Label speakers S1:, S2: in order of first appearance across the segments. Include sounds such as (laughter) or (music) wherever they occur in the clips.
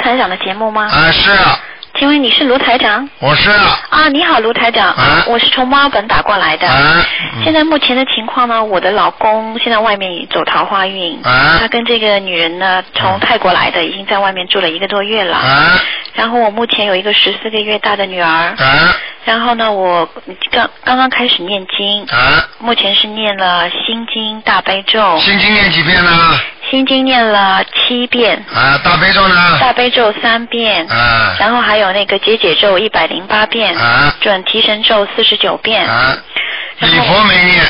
S1: 台长的节目吗？
S2: 啊，是啊，
S1: 请问你是卢台长？
S2: 我是啊，
S1: 啊，你好，卢台长，
S2: 啊
S1: 我是从墨尔本打过来的。
S2: 啊，
S1: 现
S2: 嗯
S1: 在目前的情况呢，我的老公现在外面走桃花运，
S2: 啊嗯
S1: 他跟这个女人呢从泰国来的，已经在外面住了一个多月了。
S2: 啊
S1: 然后我目前有一个十四个月大的女儿，
S2: 啊
S1: 然后呢，我刚刚刚开始念经，
S2: 啊，
S1: 目前是念了心经、大悲咒，
S2: 心经念几遍呢？
S1: 心经念了七遍，
S2: 啊，大悲咒呢？
S1: 大悲咒三遍，
S2: 啊
S1: 然后还有那个解解咒一百零八遍，
S2: 啊
S1: 准提神咒四十九遍，
S2: 啊，
S1: 然
S2: 礼
S1: 后
S2: 佛没念，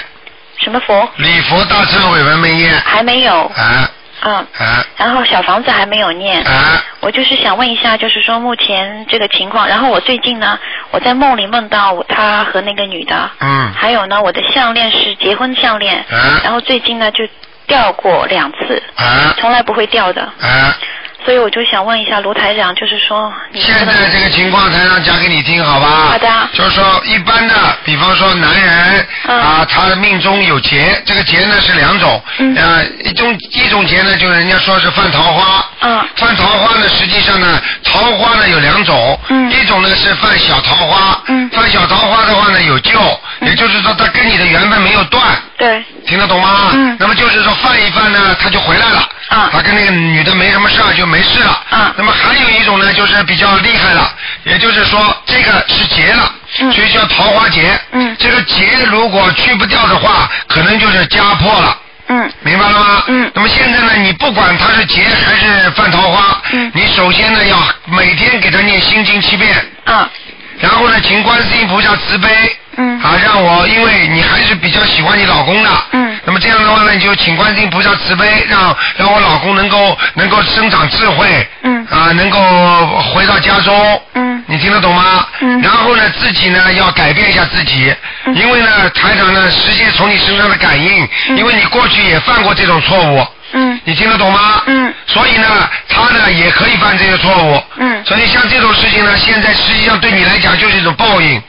S1: 什么佛
S2: 礼佛大忏悔文没念，
S1: 还没有，
S2: 啊
S1: 嗯，
S2: 啊
S1: 然后小房子还没有念。
S2: 啊
S1: 我就是想问一下，就是说目前这个情况，然后我最近呢，我在梦里梦到我他和那个女的，
S2: 嗯
S1: 还有呢，我的项链是结婚项链，
S2: 啊
S1: 然后最近呢就掉过两次，
S2: 啊
S1: 从来不会掉的，
S2: 啊！
S1: 所以我就想问一下卢台长，就是说你能
S2: 现
S1: 不能
S2: 在这个情况，台上讲给你听，好吧？
S1: 好的
S2: 就是说，一般的，比方说男人、
S1: 嗯
S2: 啊，他的命中有劫，这个劫呢是两种，
S1: 嗯
S2: 呃，一种一种劫呢，就是人家说是犯桃花。
S1: 嗯
S2: 犯桃花呢，实际上呢，桃花呢有两种，
S1: 嗯
S2: 一种呢是犯小桃花，
S1: 嗯
S2: 犯小桃花的话呢有救，
S1: 嗯
S2: 也就是说他跟你的缘分没有断，
S1: 对
S2: 听得懂吗？
S1: 嗯
S2: 那么就是说犯一犯呢，他就回来了。
S1: 啊
S2: 他跟那个女的没什么事儿，就没事了。
S1: 啊
S2: 那么还有一种呢，就是比较厉害了，也就是说这个是劫了，
S1: 嗯
S2: 所以叫桃花劫。
S1: 嗯
S2: 这个劫如果去不掉的话，可能就是家破了。
S1: 嗯
S2: 明白了吗？
S1: 嗯
S2: 那么现在呢，你不管他是劫还是犯桃花，
S1: 嗯
S2: 你首先呢要每天给他念心经七遍，
S1: 啊
S2: 然后呢，请观世音菩萨慈悲，
S1: 嗯
S2: 啊，让我，因为你还是比较喜欢你老公的，
S1: 嗯
S2: 那么这样的话呢，你就请观世音菩萨慈悲，让让我老公能够能够生长智慧，
S1: 嗯
S2: 啊，能够回到家中，
S1: 嗯
S2: 你听得懂吗？
S1: 嗯
S2: 然后呢，自己呢要改变一下自己，
S1: 嗯
S2: 因为呢，台长呢，实际从你身上的感应，
S1: 嗯
S2: 因为你过去也犯过这种错误，
S1: 嗯
S2: 你听得懂吗？
S1: 嗯
S2: 所以呢，他呢也可以犯这些错误。
S1: 嗯
S2: 所以像这种事情呢，现在实际上对你来讲就是一种报应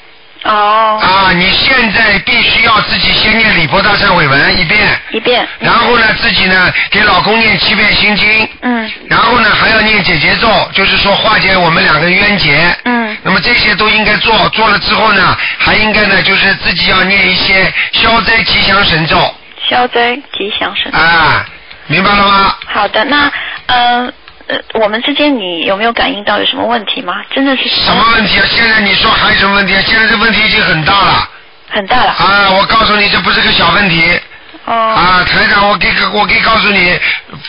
S1: 哦
S2: 啊！你现在必须要自己先念礼佛大忏悔文一遍，
S1: 一遍
S2: 然后呢自己呢给老公念七遍心经，
S1: 嗯
S2: 然后呢还要念解结咒，就是说化解我们两个冤结。
S1: 嗯
S2: 那么这些都应该做，做了之后呢，还应该呢就是自己要念一些消灾吉祥神咒
S1: 消灾吉祥神
S2: 啊，明白了吗？
S1: 好的，那呃呃，我们之间你有没有感应到有什么问题吗？真的是
S2: 什么问题啊？现在你说还有什么问题啊？现在这问题已经很大了
S1: 很大了？
S2: 啊！我告诉你，这不是个小问题
S1: 哦
S2: 啊！台长，我给我可以告诉你，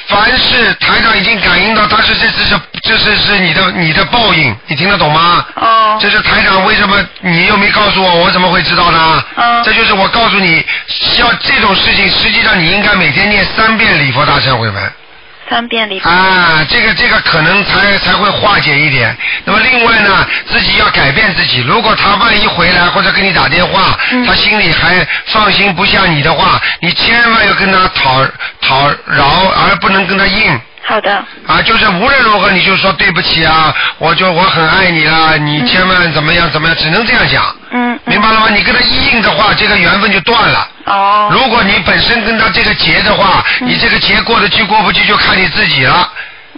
S2: 凡是台长已经感应到，但是这只是这是是你的你的报应，你听得懂吗？
S1: 哦
S2: 这是台长为什么你又没告诉我，我怎么会知道呢？
S1: 嗯
S2: 这就是我告诉你，像这种事情，实际上你应该每天念三遍礼佛大忏悔文。
S1: 三遍礼佛
S2: 啊，这个这个可能才才会化解一点。那么另外呢，自己要改变自己。如果他万一回来或者跟你打电话，
S1: 嗯
S2: 他心里还放心不下你的话，你千万要跟他讨讨饶，而不能跟他硬。
S1: 好的，
S2: 啊，就是无论如何你就说对不起啊，我就我很爱你啦，你
S1: 嗯
S2: 千万怎么样怎么样，只能这样讲，
S1: 嗯，嗯
S2: 明白了吗？你跟他一硬的话，这个缘分就断了。
S1: 哦，
S2: 如果你本身跟他这个结的话，
S1: 嗯
S2: 你这个结过得去过不去就看你自己了。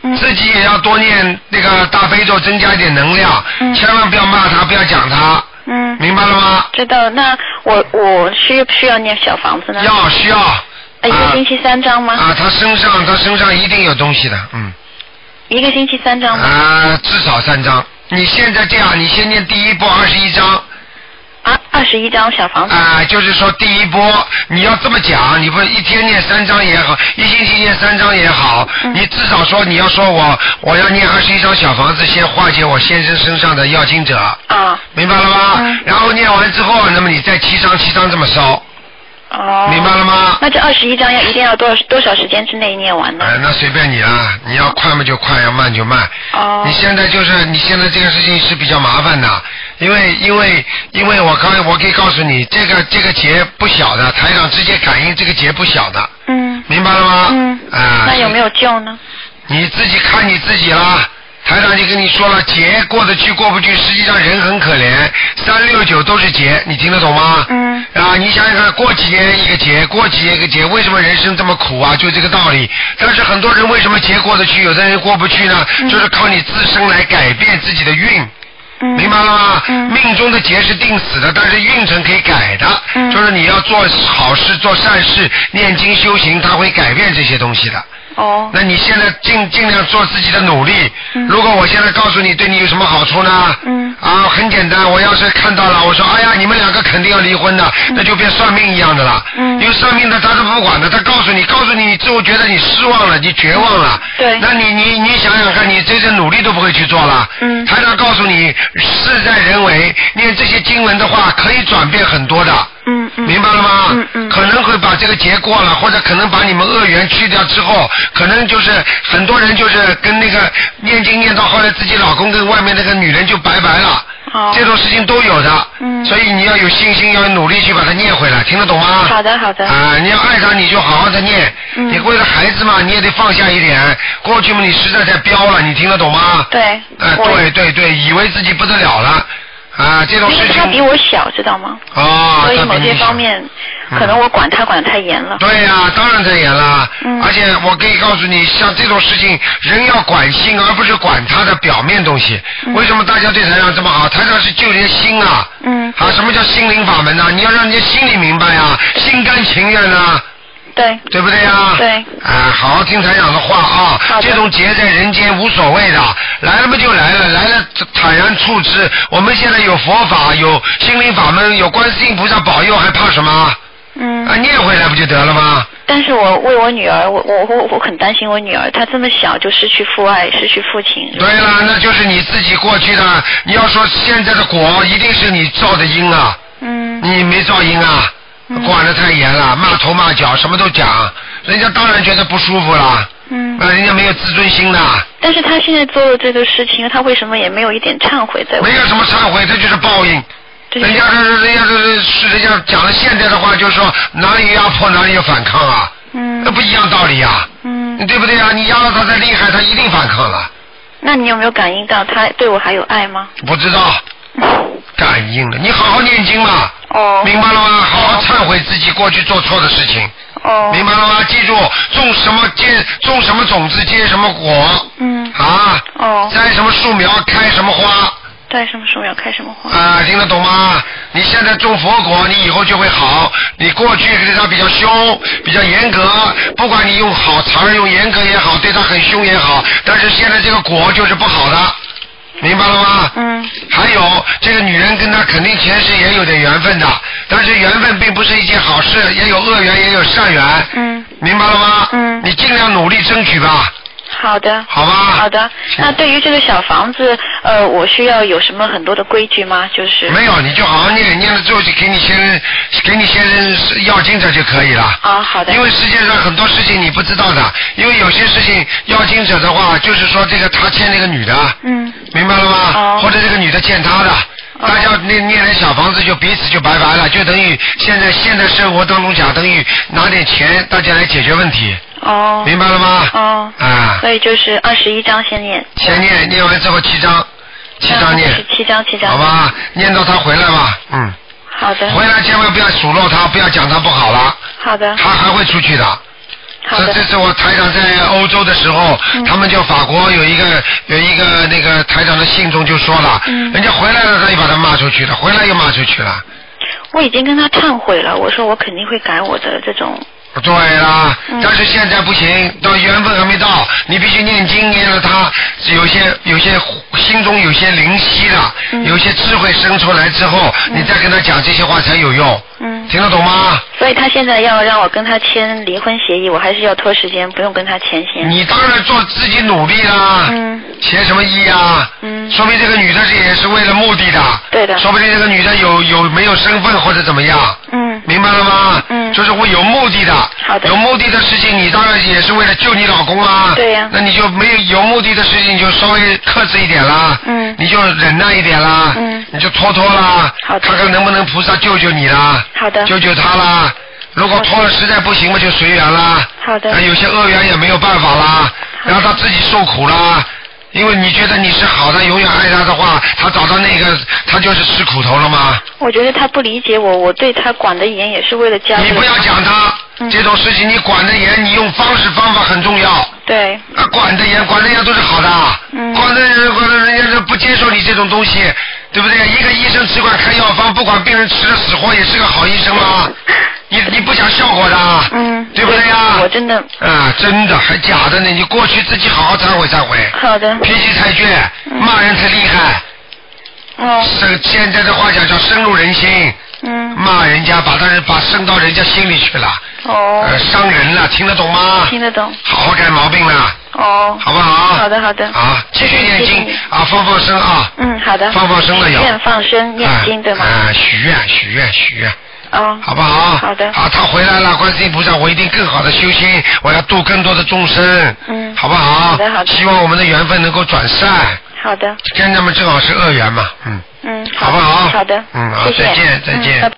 S1: 嗯
S2: 自己也要多念那个大悲咒，增加一点能量，
S1: 嗯
S2: 千万不要骂他，不要讲他，
S1: 嗯，
S2: 明白了吗？
S1: 知道。那我我需不需要念小房子呢？
S2: 要需要啊
S1: 呃一个星期三张吗？
S2: 啊，他身上他身上一定有东西的，嗯，
S1: 一个星期三张吗？
S2: 啊，至少三张。你现在这样，你先念第一波二十一章，
S1: 啊，二十一张小房子。
S2: 啊，就是说第一波你要这么讲，你不一天念三章也好，一星期念三章也好，
S1: 嗯
S2: 你至少说你要说我我要念二十一张小房子，先化解我先生身上的要经者，
S1: 啊，
S2: 明白了吗？
S1: 嗯
S2: 然后念完之后，那么你再七张七张这么烧，
S1: 哦，
S2: 明白了吗？
S1: 那这二十一张要一定要多少多少时间之内念完呢？
S2: 哎，那随便你啦，你要快嘛就快，要慢就慢。
S1: 哦
S2: 你，现在就是你现在这个事情是比较麻烦的，因为因为因为我刚我可以告诉你，这个这个劫不小的，台长直接感应这个劫不小的，
S1: 嗯
S2: 明白了吗？
S1: 嗯，
S2: 啊，
S1: 那有没有救呢？
S2: 你自己看你自己啦。台长就跟你说了，劫过得去过不去，实际上人很可怜，三六九都是劫，你听得懂吗？
S1: 嗯
S2: 啊，你想想看，过几年一个劫，过几年一个劫，为什么人生这么苦啊？就这个道理。但是很多人为什么劫过得去，有的人过不去呢？
S1: 嗯
S2: 就是靠你自身来改变自己的运。
S1: 嗯，
S2: 明白了吗？
S1: 嗯
S2: 命中的劫是定死的，但是运程可以改的。
S1: 嗯
S2: 就是你要做好事、做善事、念经修行，它会改变这些东西的。
S1: 哦，
S2: 那你现在尽尽量做自己的努力。
S1: 嗯
S2: 如果我现在告诉你对你有什么好处呢？
S1: 嗯
S2: 啊，很简单，我要是看到了，我说哎呀，你们两个肯定要离婚的，那就变算命一样的了。
S1: 嗯
S2: 因为算命的他都不管的，他告诉你，告诉你，你之后觉得你失望了，你绝望了。
S1: 嗯对
S2: 那你你你想想看，你这些努力都不会去做了。
S1: 嗯
S2: 台长告诉你，事在人为，念这些经文的话，可以转变很多的。
S1: 嗯嗯，
S2: 明白了吗？
S1: 嗯嗯
S2: 可能会把这个结过了，或者可能把你们恶缘去掉之后，可能就是很多人就是跟那个念经念到后来，自己老公跟外面那个女人就拜拜了，
S1: 哦，
S2: 这种事情都有的。
S1: 嗯
S2: 所以你要有信心，要努力去把它念回来，听得懂吗？
S1: 好的好的
S2: 啊、你要爱他，你就好好的念。
S1: 嗯
S2: 你为了孩子嘛，你也得放下一点。过去嘛，你实在太彪了，你听得懂吗？。
S1: 对，
S2: 哎、
S1: 我
S2: 对对对，以为自己不得了了，啊、这种
S1: 因
S2: 事
S1: 为
S2: 情。
S1: 他比我小，知道吗？
S2: 哦，
S1: 所以
S2: 他比
S1: 某
S2: 你
S1: 些
S2: 小
S1: 方面，
S2: 嗯
S1: 可能我管他管得太严 (laughs) 了。
S2: 对呀、当然在演了。
S1: 嗯
S2: 而且我可以告诉你，像这种事情，人要管心，而不是管他的表面东西。
S1: 嗯
S2: 为什么大家对台长这么好？台长是救人家心啊！
S1: 嗯，
S2: 啊，什么叫心灵法门呢、啊你要让人家心里明白啊，心甘情愿啊，
S1: 对，
S2: 对不对呀、啊？
S1: 对
S2: 啊，好好听台长的话啊。
S1: 好的
S2: 这种劫在人间无所谓的，来了嘛就来了，来了坦然处之。我们现在有佛法，有心灵法门，有观世音菩萨保佑，还怕什么？
S1: 嗯
S2: 啊，，念回来不就得了吗？
S1: 但是我为我女儿，我我我我很担心我女儿，她这么小就失去父爱，失去父亲。
S2: 对了，那就是你自己过去的。你要说现在的果，一定是你造的因啊，
S1: 嗯
S2: 你没造因啊，
S1: 嗯
S2: 管得太严了，骂头骂脚，什么都讲，人家当然觉得不舒服了，
S1: 嗯，
S2: 那人家没有自尊心的，
S1: 但是她现在做了这个事情，她为什么也没有一点忏悔在我？
S2: 没有什么忏悔，这就是报应。
S1: 这
S2: 人家这人家这是人家讲了现在的话，就是说哪里有压迫哪里有反抗啊，
S1: 嗯
S2: 那不一样道理啊，
S1: 嗯，
S2: 对不对啊？你压得他再厉害，他一定反抗了，
S1: 那你有没有感应到她对我还有爱吗？
S2: 不知道感应了。你好好念经嘛。
S1: 哦
S2: 明白了吗？好好忏悔自己过去做错的事情，
S1: 哦，
S2: 明白了吗？记住，种什么结，种什么种子结什么果
S1: 嗯
S2: 啊，
S1: 哦，
S2: 栽什么树苗开什么花
S1: 在什么时候要开什么花？
S2: 啊，听得懂吗？你现在种佛果，你以后就会好。你过去对他比较凶，比较严格，不管你用好词儿、用严格也好，对他很凶也好，但是现在这个果就是不好的，明白了吗？
S1: 嗯
S2: 还有这个女人跟他肯定前世也有点缘分的，但是缘分并不是一件好事，也有恶缘，也有善缘，
S1: 嗯，
S2: 明白了吗？
S1: 嗯
S2: 你尽量努力争取吧，
S1: 好的。
S2: 好吧？
S1: 好的，那对于这个小房子，呃，我需要有什么很多的规矩吗？就是
S2: 没有，你就好好念，念了之后就给你先生，给你先生要经者就可以了。
S1: 啊，好的，
S2: 因为世界上很多事情你不知道的，因为有些事情要经者的话，就是说这个他欠那个女的，
S1: 嗯
S2: 明白了吗？
S1: 哦
S2: 或者这个女的欠他的，
S1: 哦
S2: 大家念念点小房子就彼此就拜拜了，就等于现在现在生活当中讲，等于拿点钱大家来解决问题，
S1: 哦
S2: 明白了吗？
S1: 哦，
S2: 啊，
S1: 所以就是二十一章先念，
S2: 先念念完之后七张，七张
S1: 嗯
S2: 念，
S1: 七章七章，
S2: 好，吧？念到他回来吧，嗯，
S1: 好的，
S2: 回来千万不要数落他，不要讲他不好了，
S1: 好的，
S2: 他还会出去的。
S1: 好
S2: 这这
S1: 的，
S2: 次我台长在欧洲的时候，
S1: 嗯
S2: 他们就法国有一个有一个那个台长的信中就说了，
S1: 嗯
S2: 人家回来了他就把他骂出去了，回来又骂出去了。
S1: 我已经跟他忏悔了，我说我肯定会改我的这种，
S2: 对啦，
S1: 嗯
S2: 但是现在不行，到缘分还没到，你必须念经念了他，有些有些心中有些灵犀了，
S1: 嗯
S2: 有些智慧生出来之后，
S1: 嗯
S2: 你再跟他讲这些话才有用，
S1: 嗯，
S2: 听得懂吗？
S1: 所以他现在要让我跟他签离婚协议，我还是要拖时间，不用跟他签先，
S2: 你当然做自己努力啦，
S1: 嗯
S2: 写什么意啊？
S1: 嗯，
S2: 说明这个女的是也是为了目的的，
S1: 对的，
S2: 说不定这个女的有有没有身份或者怎么样，
S1: 嗯
S2: 明白了吗？
S1: 嗯
S2: 就是会有目的的。
S1: 好的
S2: 有目的的事情，你当然也是为了救你老公啊。
S1: 对呀
S2: 那你就没有有目的的事情，你就稍微克制一点啦。
S1: 嗯
S2: 你就忍耐一点啦。
S1: 嗯
S2: 你就拖拖啦。
S1: 好的
S2: 看看能不能菩萨救救你啦，
S1: 好的，
S2: 救救他啦。如果
S1: 好的
S2: 拖了实在不行嘛，就随缘啦。
S1: 好的
S2: 哎啊，有些恶缘也没有办法啦，
S1: 好的
S2: 让他自己受苦啦。因为你觉得你是好的，永远爱他的话，他找到那个他就是吃苦头了吗？
S1: 我觉得他不理解我，我对他管得严也是为了家里。
S2: 你不要讲他
S1: 嗯
S2: 这种事情，你管得严，你用方式方法很重要。
S1: 对，
S2: 啊，管得严，管得严都是好的。
S1: 嗯
S2: 管得严，管得人家是不接受你这种东西，对不对？一个医生只管开药方，不管病人吃的死活，也是个好医生吗？你你不讲效果的，
S1: (laughs) 嗯，
S2: 啊对不对呀、
S1: 我真的
S2: 啊，真的还假的呢？你过去自己好好忏悔忏悔，
S1: 好的，
S2: 脾气太倔，
S1: 嗯
S2: 骂人太厉害，
S1: 哦，
S2: 是现在的话讲叫深入人心，
S1: 嗯，
S2: 骂人家把他人把渗到人家心里去了，
S1: 哦，
S2: 呃，伤人了，听得懂吗？
S1: 听得懂，
S2: 好好改毛病了，
S1: 哦，
S2: 好不好？
S1: 好的好的
S2: 啊，继续念
S1: 谢谢
S2: 经
S1: 你
S2: 啊，放放生啊，
S1: 嗯，好的，
S2: 放放生了
S1: 许
S2: 要。
S1: 愿放生念经对吗？
S2: 啊，许愿许愿许愿，
S1: 哦，
S2: 好不好？啊
S1: 好的
S2: 好，他回来了，观世音菩萨，我一定更好的修心，我要度更多的众生，
S1: 嗯，
S2: 好不好？
S1: 好的好的
S2: 希望我们的缘分能够转善，
S1: 好的，
S2: 跟他们正好是恶缘嘛，嗯。
S1: 嗯，
S2: 好不好？
S1: 好的，
S2: 嗯，好，
S1: 谢谢，
S2: 再见，再
S1: 嗯
S2: 见。
S1: 拜拜